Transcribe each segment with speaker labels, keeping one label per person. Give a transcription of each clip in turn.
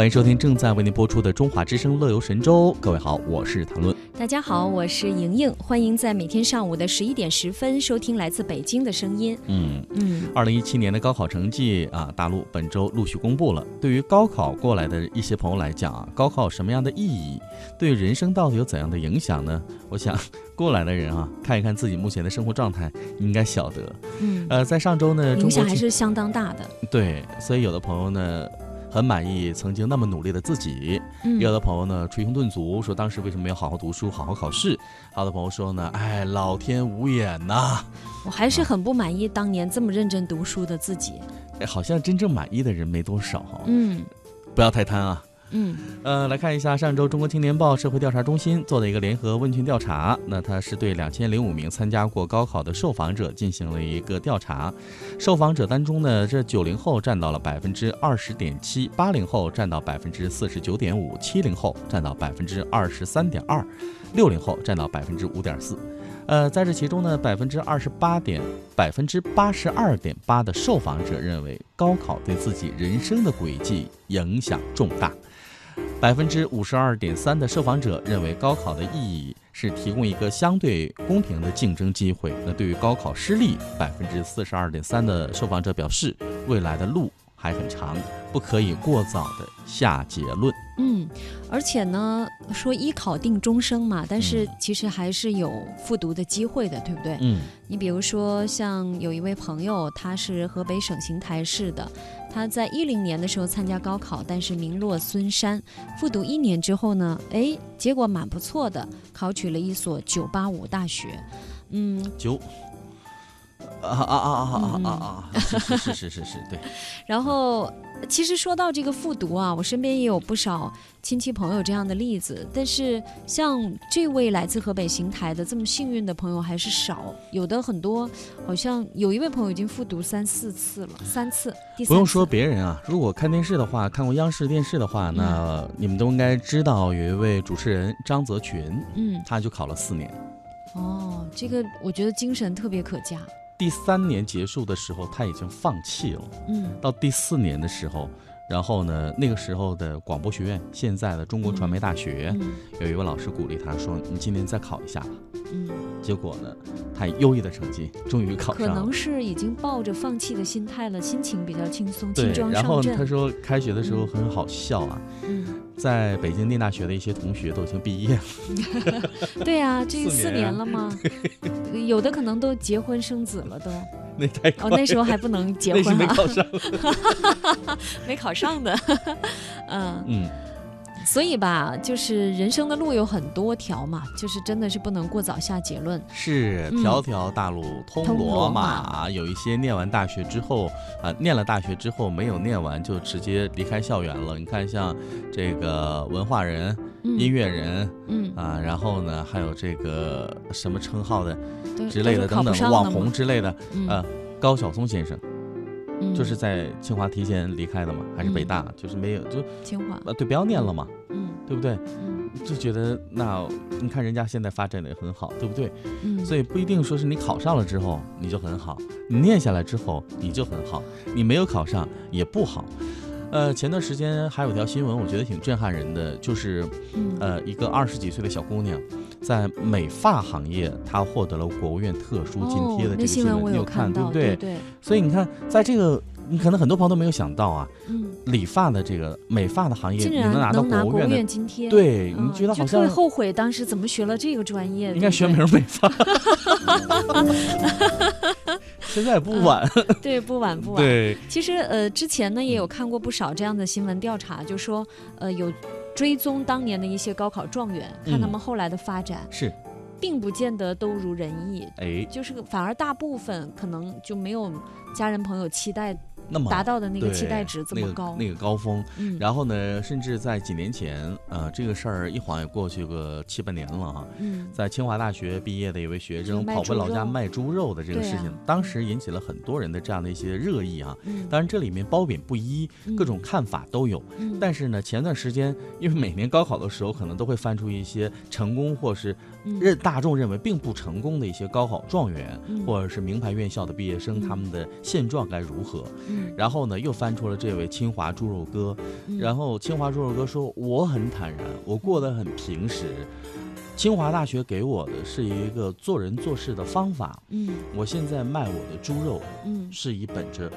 Speaker 1: 欢迎收听正在为您播出的《中华之声·乐游神州》，各位好，我是谭论。
Speaker 2: 大家好，我是莹莹，欢迎在每天上午的十一点十分收听来自北京的声音。
Speaker 1: 嗯，
Speaker 2: 嗯，
Speaker 1: 二零一七年的高考成绩啊，大陆本周陆续公布了。对于高考过来的一些朋友来讲啊，高考有什么样的意义？对于人生到底有怎样的影响呢？我想，过来的人啊， 看一看自己目前的生活状态，应该晓得。
Speaker 2: 嗯，
Speaker 1: 呃，在上周呢，中
Speaker 2: 影
Speaker 1: 国
Speaker 2: 响还
Speaker 1: 经
Speaker 2: 是相当大的。
Speaker 1: 对，所以有的朋友呢，很满意曾经那么努力的自己，
Speaker 2: 嗯
Speaker 1: 也有的朋友呢捶胸顿足，说当时为什么没有好好读书、好好考试？还有的朋友说呢，哎，老天无眼呐、
Speaker 2: 我还是很不满意当年这么认真读书的自己。
Speaker 1: 哎好像真正满意的人没多少啊，
Speaker 2: 嗯
Speaker 1: 不要太贪啊。
Speaker 2: 嗯
Speaker 1: 呃，来看一下上周《中国青年报》社会调查中心做的一个联合问卷调查，那它是对两千零五名参加过高考的受访者进行了一个调查，受访者当中呢，这九零后占到了百分之二十点七，八零后占到百分之四十九点五，七零后占到百分之二十三点二，六零后占到百分之五点四。呃，在这其中呢，百分之二十八点百分之八十二点八的受访者认为高考对自己人生的轨迹影响重大。百分之五十二点三的受访者认为高考的意义是提供一个相对公平的竞争机会。那对于高考失利，百分之四十二点三的受访者表示，未来的路还很长，不可以过早的下结论。
Speaker 2: 嗯，而且呢，说一考定终生嘛，但是
Speaker 1: 嗯
Speaker 2: 其实还是有复读的机会的，对不对？
Speaker 1: 嗯
Speaker 2: 你比如说，像有一位朋友，他是河北省邢台市的，他在一零年的时候参加高考，但是名落孙山。复读一年之后呢，哎，结果蛮不错的，考取了一所九八五大学。嗯，
Speaker 1: 九啊啊啊啊啊啊啊！是是是是是是，对，
Speaker 2: 然后其实说到这个复读啊，我身边也有不少亲戚朋友这样的例子，但是像这位来自河北邢台的这么幸运的朋友还是少，有的很多好像有一位朋友已经复读三四次了，三次，第
Speaker 1: 不
Speaker 2: 三
Speaker 1: 用
Speaker 2: 次
Speaker 1: 说别人啊，如果看电视的话，看过央视电视的话，那
Speaker 2: 嗯
Speaker 1: 你们都应该知道有一位主持人张泽群，
Speaker 2: 嗯，
Speaker 1: 他就考了四年。
Speaker 2: 哦，这个我觉得精神特别可嘉。
Speaker 1: 第三年结束的时候，他已经放弃了。
Speaker 2: 嗯
Speaker 1: 到第四年的时候，然后呢，那个时候的广播学院，现在的中国传媒大学，
Speaker 2: 嗯
Speaker 1: 有一位老师鼓励他说：“你今年再考一下吧。
Speaker 2: 嗯，”
Speaker 1: 结果呢，他以优异的成绩终于考
Speaker 2: 可
Speaker 1: 上
Speaker 2: 能
Speaker 1: 了。
Speaker 2: 是已经抱着放弃的心态了，心情比较轻松，
Speaker 1: 对
Speaker 2: 轻，装
Speaker 1: 然后
Speaker 2: 上
Speaker 1: 他
Speaker 2: 阵。
Speaker 1: 说，开学的时候很好笑啊，
Speaker 2: 嗯，
Speaker 1: 在北京电大学的一些同学都已经毕业了，
Speaker 2: 对啊，这
Speaker 1: 四
Speaker 2: 四
Speaker 1: 年啊
Speaker 2: 年 了吗？有的可能都结婚生子了都。
Speaker 1: 那太
Speaker 2: 哦
Speaker 1: 搞，
Speaker 2: 那时候还不能 结
Speaker 1: 那是
Speaker 2: 婚
Speaker 1: 没
Speaker 2: 啊，
Speaker 1: 考 上。
Speaker 2: 没考上的。 嗯，
Speaker 1: 嗯，
Speaker 2: 所以吧，就是人生的路有很多条嘛，就是真的是不能过早下结论。
Speaker 1: 是
Speaker 2: 嗯
Speaker 1: 条条大路通
Speaker 2: 通
Speaker 1: 罗
Speaker 2: 罗
Speaker 1: 马，有一些念完大学之后，啊，念了大学之后没有念完就直接离开校园了。你看，像这个文化人、
Speaker 2: 嗯
Speaker 1: 音乐人
Speaker 2: 嗯，
Speaker 1: 啊，然后呢，还有这个什么称号的
Speaker 2: 都
Speaker 1: 之类
Speaker 2: 都
Speaker 1: 的
Speaker 2: 嗯是考
Speaker 1: 等
Speaker 2: 不
Speaker 1: 等，
Speaker 2: 上
Speaker 1: 网
Speaker 2: 的
Speaker 1: 红
Speaker 2: 嘛
Speaker 1: 之类的。
Speaker 2: 嗯
Speaker 1: 呃高晓松先生
Speaker 2: 嗯
Speaker 1: 就是在清华提前离开的嘛，还是北
Speaker 2: 嗯
Speaker 1: 大？就是没有就
Speaker 2: 清华，
Speaker 1: 啊，对，不要念了嘛，
Speaker 2: 嗯
Speaker 1: 对不对？
Speaker 2: 嗯
Speaker 1: 就觉得那你看人家现在发展的也很好，对不对？
Speaker 2: 嗯，
Speaker 1: 所以不一定说是你考上了之后你就很好，你念下来之后你就很好，你没有考上也不好。呃，前段时间还有一条新闻，我觉得挺震撼人的，就是
Speaker 2: 嗯
Speaker 1: 呃，一个二十几岁的小姑娘，在美发行业，她获得了国务院特殊津贴的这
Speaker 2: 哦、那
Speaker 1: 个
Speaker 2: 新
Speaker 1: 新
Speaker 2: 闻
Speaker 1: 闻，
Speaker 2: 我
Speaker 1: 你有
Speaker 2: 看
Speaker 1: 看
Speaker 2: 到，
Speaker 1: 不
Speaker 2: 对
Speaker 1: 对？所以你看，在这个你可能很多朋友都没有想到啊，
Speaker 2: 嗯，
Speaker 1: 理发的这个美发的行业，
Speaker 2: 竟
Speaker 1: 你
Speaker 2: 然
Speaker 1: 拿到
Speaker 2: 能拿
Speaker 1: 国务
Speaker 2: 院
Speaker 1: 院的，
Speaker 2: 津贴，
Speaker 1: 对，
Speaker 2: 嗯，
Speaker 1: 你觉得
Speaker 2: 就
Speaker 1: 好
Speaker 2: 特别
Speaker 1: 像
Speaker 2: 后悔当时怎么学了这个专业，
Speaker 1: 应该学
Speaker 2: 对不
Speaker 1: 名儿
Speaker 2: 对
Speaker 1: 美 发，现在也不晚。
Speaker 2: 对，不晚嗯不晚。
Speaker 1: 对，
Speaker 2: 其实呃，之前呢也有看过不少这样的新闻调查，就说呃有追踪当年的一些高考状元，看他
Speaker 1: 嗯
Speaker 2: 们后来的发展，
Speaker 1: 是，
Speaker 2: 并不见得都如人意，
Speaker 1: 哎，
Speaker 2: 就是反而大部分可能就没有家人朋友期待
Speaker 1: 那么
Speaker 2: 达到的那个期
Speaker 1: 对
Speaker 2: 待值这么高。
Speaker 1: 那个，那个高峰。
Speaker 2: 嗯
Speaker 1: 然后呢，甚至在几年前，呃，这个事儿一晃也过去个七八年了哈。
Speaker 2: 嗯
Speaker 1: 在清华大学毕业的一位学生
Speaker 2: 是卖
Speaker 1: 跑回
Speaker 2: 猪
Speaker 1: 老家
Speaker 2: 肉
Speaker 1: 卖猪肉的这个
Speaker 2: 对
Speaker 1: 事情
Speaker 2: 啊，
Speaker 1: 当时引起了很多人的这样的一些热议啊。
Speaker 2: 嗯，
Speaker 1: 当然，这里面褒贬不一，各种看法都有。
Speaker 2: 嗯，
Speaker 1: 但是呢，前段时间，因为每年高考的时候，可能都会翻出一些成功或是
Speaker 2: 嗯
Speaker 1: 认大众认为并不成功的一些高考状元，
Speaker 2: 嗯
Speaker 1: 或者是名牌院校的毕业生，
Speaker 2: 嗯
Speaker 1: 他们的现状该如何？
Speaker 2: 嗯嗯
Speaker 1: 然后呢，又翻出了这位清华猪肉哥，
Speaker 2: 嗯
Speaker 1: 然后清华猪肉哥说：“我很坦然，我过得很平实。清华大学给我的是一个做人做事的方法。
Speaker 2: 嗯
Speaker 1: 我现在卖我的猪肉，
Speaker 2: 嗯，
Speaker 1: 是以本着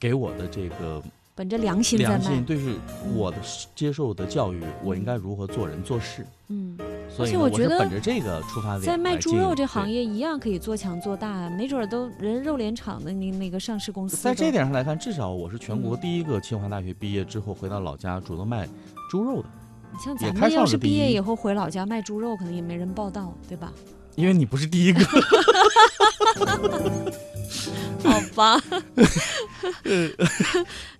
Speaker 1: 给我的这个
Speaker 2: 本着良心在
Speaker 1: 良
Speaker 2: 卖
Speaker 1: 心，，对是我的接受的教育，我应该如何做人做事。
Speaker 2: 嗯，
Speaker 1: 所以
Speaker 2: 且
Speaker 1: 呢我
Speaker 2: 我觉
Speaker 1: 是
Speaker 2: 得
Speaker 1: 本着这个出发点
Speaker 2: 在卖
Speaker 1: 来
Speaker 2: 猪
Speaker 1: 经
Speaker 2: 肉
Speaker 1: 营
Speaker 2: 这行
Speaker 1: 对
Speaker 2: 业一样可以做强做大，没准儿都人肉联厂的那那个上市公司都，
Speaker 1: 在这点上来看，至少我是全国
Speaker 2: 嗯
Speaker 1: 第一个清华大学毕业之后回到老家主动卖猪肉的，
Speaker 2: 你像
Speaker 1: 也
Speaker 2: 咱
Speaker 1: 开创
Speaker 2: 们要
Speaker 1: 了
Speaker 2: 是
Speaker 1: 第
Speaker 2: 毕业
Speaker 1: 一
Speaker 2: 以后回老家卖猪肉，可能也没人报道，对 吧？
Speaker 1: 因为你不是第一个。
Speaker 2: 好 吧。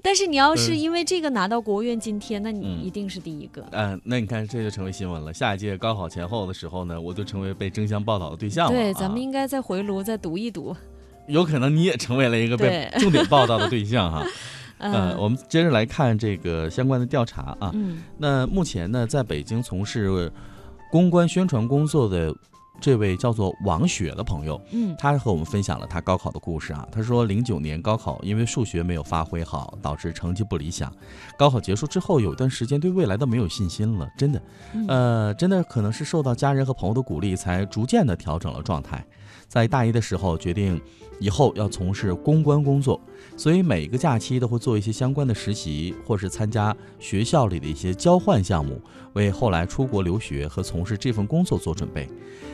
Speaker 2: 但是你要是因为这个拿到国务院津贴，那你
Speaker 1: 嗯
Speaker 2: 一定是第一个。
Speaker 1: 嗯、那你看这就成为新闻了。下一届高考前后的时候呢，我就成为被争相报道的对象了、啊。
Speaker 2: 对，咱们应该再回炉再读一读。
Speaker 1: 有可能你也成为了一个被
Speaker 2: 对
Speaker 1: 重点报道的对象哈、呃，
Speaker 2: 嗯
Speaker 1: 我们接着来看这个相关的调查啊。
Speaker 2: 嗯
Speaker 1: 那目前呢，在北京从事公关宣传工作的这位叫做王雪的朋友，
Speaker 2: 嗯
Speaker 1: 他和我们分享了他高考的故事啊。他说，零九年高考因为数学没有发挥好，导致成绩不理想。高考结束之后，有一段时间对未来都没有信心了，真的，
Speaker 2: 嗯
Speaker 1: 呃，真的可能是受到家人和朋友的鼓励，才逐渐的调整了状态。在大一的时候，决定以后要从事公关工作，所以每个假期都会做一些相关的实习，或是参加学校里的一些交换项目，为后来出国留学和从事这份工作做准备。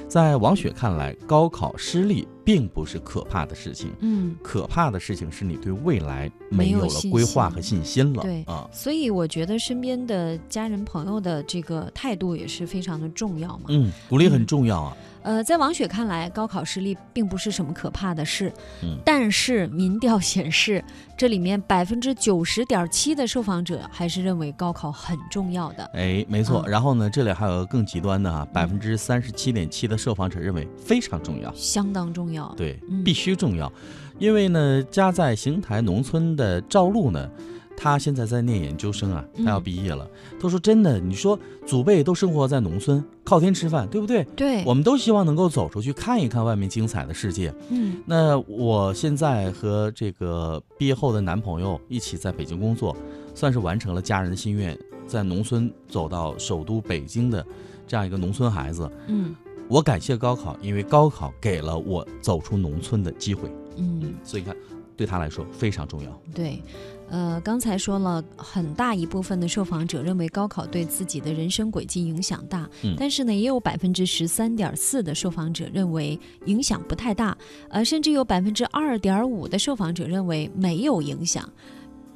Speaker 1: 在王雪看来，高考失利并不是可怕的事情，
Speaker 2: 嗯。
Speaker 1: 可怕的事情是你对未来
Speaker 2: 没
Speaker 1: 没
Speaker 2: 有
Speaker 1: 有了
Speaker 2: 信
Speaker 1: 规划
Speaker 2: 心
Speaker 1: 和信心了。
Speaker 2: 对
Speaker 1: 啊，
Speaker 2: 所以我觉得身边的家人朋友的这个态度也是非常的重要嘛。
Speaker 1: 嗯，鼓励很重要啊。
Speaker 2: 呃，在王雪看来，高考失利并不是什么可怕的事，
Speaker 1: 嗯
Speaker 2: 但是民调显示，这里面百分之九十点七的受访者还是认为高考很重要的。
Speaker 1: 哎，没错。
Speaker 2: 嗯
Speaker 1: 然后呢，这里还有个更极端的啊，百分之三十七点七的受访者认为非常重要，
Speaker 2: 相当重要。
Speaker 1: 对，
Speaker 2: 嗯
Speaker 1: 必须重要。因为呢，家在邢台农村的赵露呢，她现在在念研究生啊，她要
Speaker 2: 嗯
Speaker 1: 毕业了。她说真的，你说祖辈都生活在农村，靠天吃饭，对不对？
Speaker 2: 对，
Speaker 1: 我们都希望能够走出去看一看外面精彩的世界。
Speaker 2: 嗯
Speaker 1: 那我现在和这个毕业后的男朋友一起在北京工作，算是完成了家人的心愿，在农村走到首都北京的这样一个农村孩子。
Speaker 2: 嗯
Speaker 1: 我感谢高考，因为高考给了我走出农村的机会。
Speaker 2: 嗯，
Speaker 1: 所以你看，对他来说非常重要。
Speaker 2: 对。呃，刚才说了，很大一部分的受访者认为高考对自己的人生轨迹影响大，
Speaker 1: 嗯
Speaker 2: 但是呢，也有百分之十三点四的受访者认为影响不太大，呃，甚至有百分之二点五的受访者认为没有影响。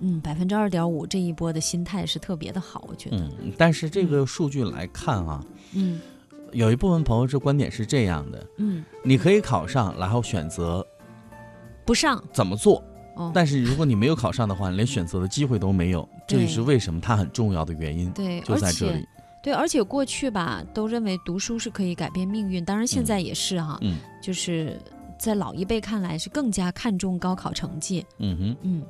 Speaker 2: 嗯，百分之二点五这一波的心态是特别的好，我觉得。
Speaker 1: 嗯，但是这个数据来看啊，
Speaker 2: 嗯
Speaker 1: 有一部分朋友这观点是这样的：
Speaker 2: 嗯，
Speaker 1: 你可以考上，然后选择
Speaker 2: 不上
Speaker 1: 怎么做。
Speaker 2: 哦，
Speaker 1: 但是如果你没有考上的话，连选择的机会都没有，这也
Speaker 2: 对
Speaker 1: 是为什么它很重要的原因，
Speaker 2: 对，
Speaker 1: 就
Speaker 2: 而
Speaker 1: 在这
Speaker 2: 且
Speaker 1: 里。
Speaker 2: 对，而且过去吧，都认为读书是可以改变命运，当然现
Speaker 1: 嗯
Speaker 2: 在也是哈、
Speaker 1: 嗯
Speaker 2: 就是在老一辈看来是更加看重高考成绩。
Speaker 1: 嗯哼，
Speaker 2: 嗯，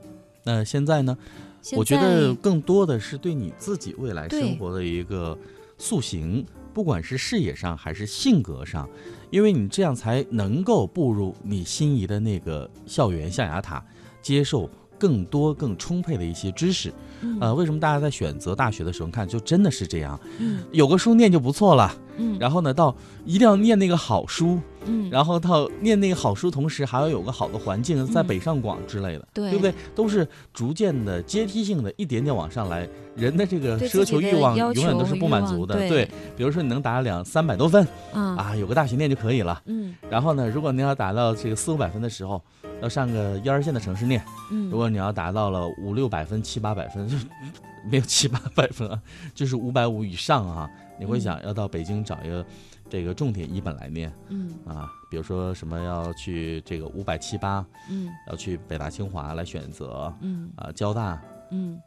Speaker 1: 那现在呢？
Speaker 2: 现
Speaker 1: 我觉
Speaker 2: 在
Speaker 1: 得更多的是对你自己未来
Speaker 2: 对
Speaker 1: 生活的一个塑形，不管是视野上还是性格上，因为你这样才能够步入你心仪的那个校园象牙塔，接受。更多、更充沛的一些知识，
Speaker 2: 嗯
Speaker 1: 呃，为什么大家在选择大学的时候，你看就真的是这样，
Speaker 2: 嗯
Speaker 1: 有个书念就不错了，
Speaker 2: 嗯
Speaker 1: 然后呢，到一定要念那个好书，
Speaker 2: 嗯，
Speaker 1: 然后到念那个好书，同时还要有个好的环境，在北上广之类的，
Speaker 2: 对
Speaker 1: 不对？都是逐渐的、阶梯性的，一点点往上来。人的这个
Speaker 2: 对
Speaker 1: 奢
Speaker 2: 自己
Speaker 1: 求
Speaker 2: 的
Speaker 1: 欲望
Speaker 2: 要
Speaker 1: 永远
Speaker 2: 求
Speaker 1: 都是
Speaker 2: 和
Speaker 1: 不
Speaker 2: 欲
Speaker 1: 满
Speaker 2: 望
Speaker 1: 足的，
Speaker 2: 对
Speaker 1: 比如说你能达到两三百多分
Speaker 2: 啊
Speaker 1: 啊，有个大学念就可以了。
Speaker 2: 嗯
Speaker 1: 然后呢，如果你要达到这个四五百分的时候，要上个一二线的城市念；
Speaker 2: 嗯，
Speaker 1: 如果你要达到了五六百分、七八百分， 就没有七八百分啊，就是五百五以上啊，你会
Speaker 2: 嗯
Speaker 1: 想要到北京找一个这个重点一本来念。
Speaker 2: 嗯
Speaker 1: 啊，比如说什么要去这个五百七八，
Speaker 2: 嗯
Speaker 1: 要去北大清华来选择
Speaker 2: 嗯
Speaker 1: 啊，交大，
Speaker 2: 嗯，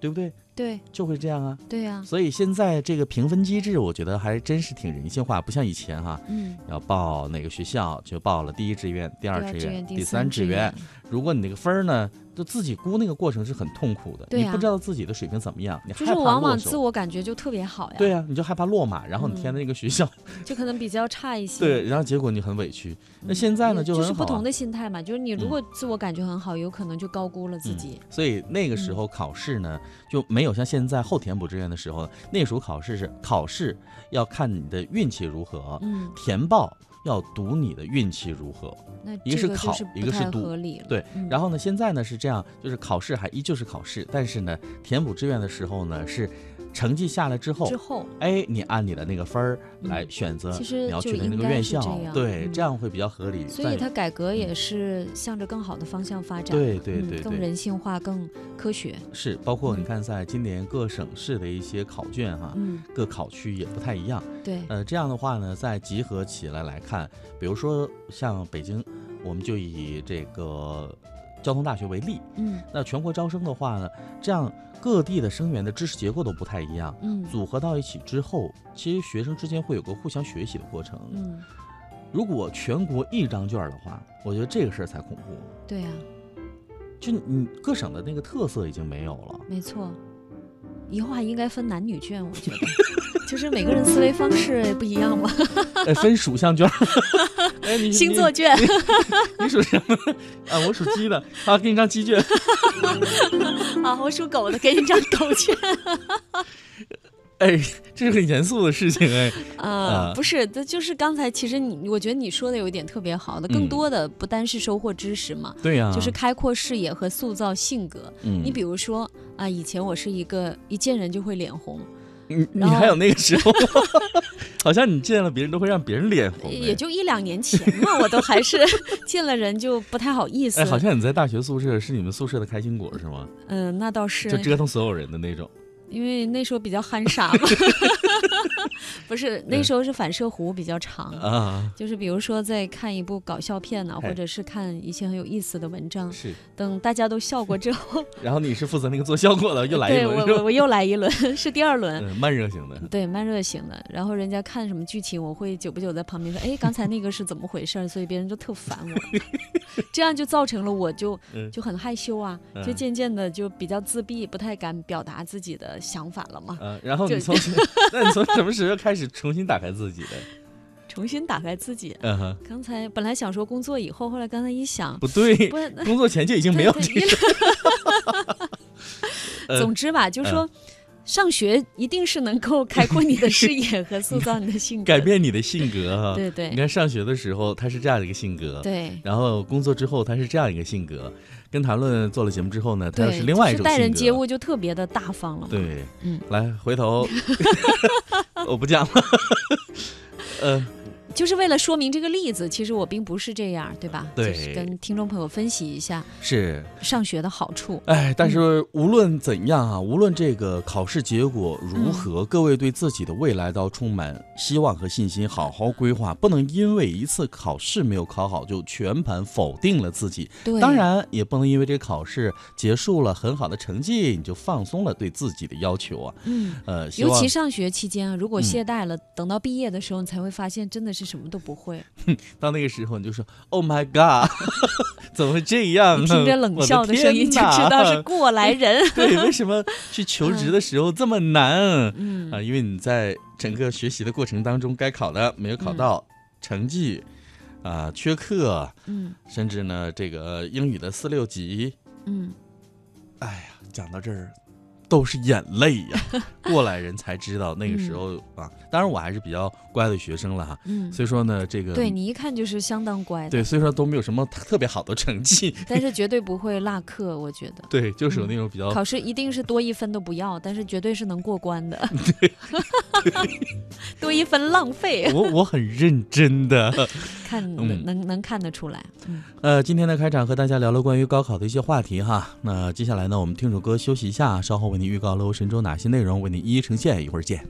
Speaker 1: 对不对？
Speaker 2: 对
Speaker 1: 就会这样啊。
Speaker 2: 对啊，
Speaker 1: 所以现在这个评分机制，我觉得还真是挺人性化，不像以前哈、
Speaker 2: 嗯，
Speaker 1: 要报哪个学校就报了第一志愿、第二
Speaker 2: 第
Speaker 1: 志愿、
Speaker 2: 二愿、
Speaker 1: 第
Speaker 2: 三
Speaker 1: 志愿
Speaker 2: 愿。，
Speaker 1: 如果你那个分儿呢，就自己估那个过程是很痛苦的，
Speaker 2: 对
Speaker 1: 你
Speaker 2: 啊
Speaker 1: 不知道自己的水平怎么样，你害
Speaker 2: 就是
Speaker 1: 怕
Speaker 2: 往
Speaker 1: 落
Speaker 2: 往自
Speaker 1: 手。
Speaker 2: 我嗯感觉就特别好呀，
Speaker 1: 对啊，你就害怕落马，然后你填的那个学校，
Speaker 2: 就可能比较差一些。
Speaker 1: 对，然后结果你很委屈。那
Speaker 2: 嗯
Speaker 1: 现在呢，
Speaker 2: 也
Speaker 1: 就
Speaker 2: 就是
Speaker 1: 很好
Speaker 2: 不
Speaker 1: 啊
Speaker 2: 同的心态嘛，就是你
Speaker 1: 嗯
Speaker 2: 如果自我感觉很好，有可能就高估了自己。嗯
Speaker 1: 所以那个时候考试呢，就没有像现在后填补志愿的时候，那时候考试是考试要看你的运气如何，
Speaker 2: 嗯，
Speaker 1: 填报要赌你的运气如何。
Speaker 2: 那
Speaker 1: 一个
Speaker 2: 这
Speaker 1: 是
Speaker 2: 个
Speaker 1: 考
Speaker 2: 就是
Speaker 1: 一
Speaker 2: 不
Speaker 1: 个是
Speaker 2: 太
Speaker 1: 赌
Speaker 2: 合理了。
Speaker 1: 对
Speaker 2: 嗯，
Speaker 1: 然后呢，现在呢是这样，就是考试还依旧是考试，但是呢，填补志愿的时候呢是成绩下来之后
Speaker 2: 之，后
Speaker 1: 哎，你按你的那个分儿来
Speaker 2: 嗯
Speaker 1: 选择
Speaker 2: 其实
Speaker 1: 你要
Speaker 2: 就
Speaker 1: 去的那
Speaker 2: 应
Speaker 1: 个
Speaker 2: 该
Speaker 1: 院
Speaker 2: 是
Speaker 1: 校
Speaker 2: 这，样
Speaker 1: 对，
Speaker 2: 嗯
Speaker 1: 这样会比较合理。
Speaker 2: 所以
Speaker 1: 在
Speaker 2: 它改革也是向着更好的方向发展，
Speaker 1: 对对
Speaker 2: 嗯
Speaker 1: 对
Speaker 2: 更
Speaker 1: 对
Speaker 2: 人性化、更科学。
Speaker 1: 是包括你
Speaker 2: 嗯
Speaker 1: 看，在今年各省市的一些考卷哈，
Speaker 2: 嗯，
Speaker 1: 各考区也不太一样。
Speaker 2: 对，
Speaker 1: 呃，这样的话呢，再集合起来来看，比如说像北京，我们就以这个交通大学为例，
Speaker 2: 嗯
Speaker 1: 那全国招生的话呢，这样各地的生源的知识结构都不太一样，
Speaker 2: 嗯
Speaker 1: 组合到一起之后，其实学生之间会有个互相学习的过程。
Speaker 2: 嗯，
Speaker 1: 如果全国一张卷儿的话，我觉得这个事儿才恐怖，
Speaker 2: 对啊，
Speaker 1: 就你各省的那个特色已经没有 了。
Speaker 2: 没错。以后还应该分男女卷，我觉 得，就是每个人思维方式也不一样嘛。
Speaker 1: 哎，分属相 卷儿，哎，你
Speaker 2: 星座卷，
Speaker 1: 你你属什 么？啊，我属鸡的，啊，给你张鸡卷。
Speaker 2: 啊，我属狗的，给你张 狗卷。
Speaker 1: 哎，这是很严肃的事情哎。
Speaker 2: 啊、
Speaker 1: 啊
Speaker 2: 不是，这就是刚才其实你，我觉得你说的有一点特别好的，
Speaker 1: 嗯啊
Speaker 2: 更多的不单是收获知识嘛，
Speaker 1: 对呀、
Speaker 2: 就是开阔视野和塑造性格。
Speaker 1: 嗯
Speaker 2: 你比如说啊、以前我是一个一见人就会脸红，
Speaker 1: 你你
Speaker 2: 然后
Speaker 1: 还有那个 时候， 好像你见了别人都会让别人脸红哎。
Speaker 2: 也就一两年前嘛，我都 还是见了人就不太好意思。
Speaker 1: 哎，好像你在大学宿舍是你们宿舍的开心果是吗？
Speaker 2: 嗯、那倒是
Speaker 1: 就，折腾所有人的那种。
Speaker 2: 因为那时候比较憨傻 嘛，不是那时候是反射弧比较长。
Speaker 1: 嗯啊，
Speaker 2: 就是比如说，在看一部搞笑片呢、啊
Speaker 1: 哎
Speaker 2: 或者是看一些很有意思的文章，
Speaker 1: 是。
Speaker 2: 等大家都笑过之后，
Speaker 1: 然后你是负责那个做效果的，又来一
Speaker 2: 对
Speaker 1: 轮
Speaker 2: 我
Speaker 1: 是
Speaker 2: 我
Speaker 1: 吧？
Speaker 2: 我又来一轮，是第二轮。
Speaker 1: 嗯，慢热型的。
Speaker 2: 对，慢热型的，然后人家看什么剧情，我会久不久在旁边说，哎，刚才那个是怎么回事儿？所以别人就特烦我， 这样就造成了我就
Speaker 1: 嗯
Speaker 2: 就很害羞啊，就
Speaker 1: 嗯
Speaker 2: 渐渐的就比较自闭，不太敢表达自己的想法了嘛。
Speaker 1: 呃，然后你
Speaker 2: 就
Speaker 1: 从 那你从什么时候开始重新打开自己的？
Speaker 2: 重新打开自己，
Speaker 1: 嗯哼，
Speaker 2: 刚才本来想说工作以后，后来刚才一想，
Speaker 1: 不对，
Speaker 2: 不，
Speaker 1: 工作前就已经没有这个。 呃
Speaker 2: 总之吧，就
Speaker 1: 嗯
Speaker 2: 说。上学一定是能够开阔你的视野和塑造你的性格，
Speaker 1: 改变你的性格哈。
Speaker 2: 对对
Speaker 1: 你看上学的时候他是这样的一个性格，
Speaker 2: 对，
Speaker 1: 然后工作之后他是这样一个性格，跟谈论做了节目之后呢，他又
Speaker 2: 对，
Speaker 1: 是另外一
Speaker 2: 就
Speaker 1: 种性格。
Speaker 2: 是待人接物就特别的大方了嘛。
Speaker 1: 对，
Speaker 2: 嗯，
Speaker 1: 来回 头我不讲了。 呃，
Speaker 2: 就是为了说明这个例子，其实我并不是这样，对吧？
Speaker 1: 对
Speaker 2: 就是跟听众朋友分析一下
Speaker 1: 是，
Speaker 2: 上学的好处。
Speaker 1: 哎，但是无论怎样啊，无论这个考试结果如何，各位对自己的未来都要充满希望和信心，好好规划，不能因为一次考试没有考好就全盘否定了自己。
Speaker 2: 对，
Speaker 1: 当然，也不能因为这个考试结束了很好的成绩，你就放松了对自己的要求啊。
Speaker 2: 嗯，
Speaker 1: 呃，希
Speaker 2: 尤
Speaker 1: 望
Speaker 2: 其上学期间啊，如果
Speaker 1: 嗯
Speaker 2: 懈怠了，等到毕业的时候，你才会发现真的是什么都 不会。
Speaker 1: 到那个时候你就说 “Oh my God”，怎么会这样呢？
Speaker 2: 听 着冷笑
Speaker 1: 我的
Speaker 2: 声音就
Speaker 1: 天哪
Speaker 2: 知道 是 过来人。
Speaker 1: 对，为什么去求职的时候这么难？
Speaker 2: 嗯
Speaker 1: 啊，因为你在整个学习的过程当中，该考的没有考到，成绩啊、缺课，
Speaker 2: 嗯
Speaker 1: 甚至呢这个英语的四六级，
Speaker 2: 嗯，
Speaker 1: 哎呀，讲到这儿都是眼泪呀、 过来人才知道那个时候、啊，当然我还是比较乖的学生了哈，
Speaker 2: 嗯，
Speaker 1: 所以说呢这个
Speaker 2: 对你一看就是相当乖的，
Speaker 1: 对，虽说都没有什么特别好的成绩，
Speaker 2: 但是绝对不会落课，我觉得。
Speaker 1: 对，就属于那种比较
Speaker 2: 嗯考试一定是多一分都不要，但是绝对是能过关的。 多一分浪费，
Speaker 1: 我我很认真的。
Speaker 2: 看
Speaker 1: 嗯
Speaker 2: 能能能看得出来。嗯
Speaker 1: 呃，今天的开场和大家聊了关于高考的一些话题哈。那接下来呢，我们听首歌休息一下，稍后为您预告喽神州哪些内容为您一一呈现，一会儿见。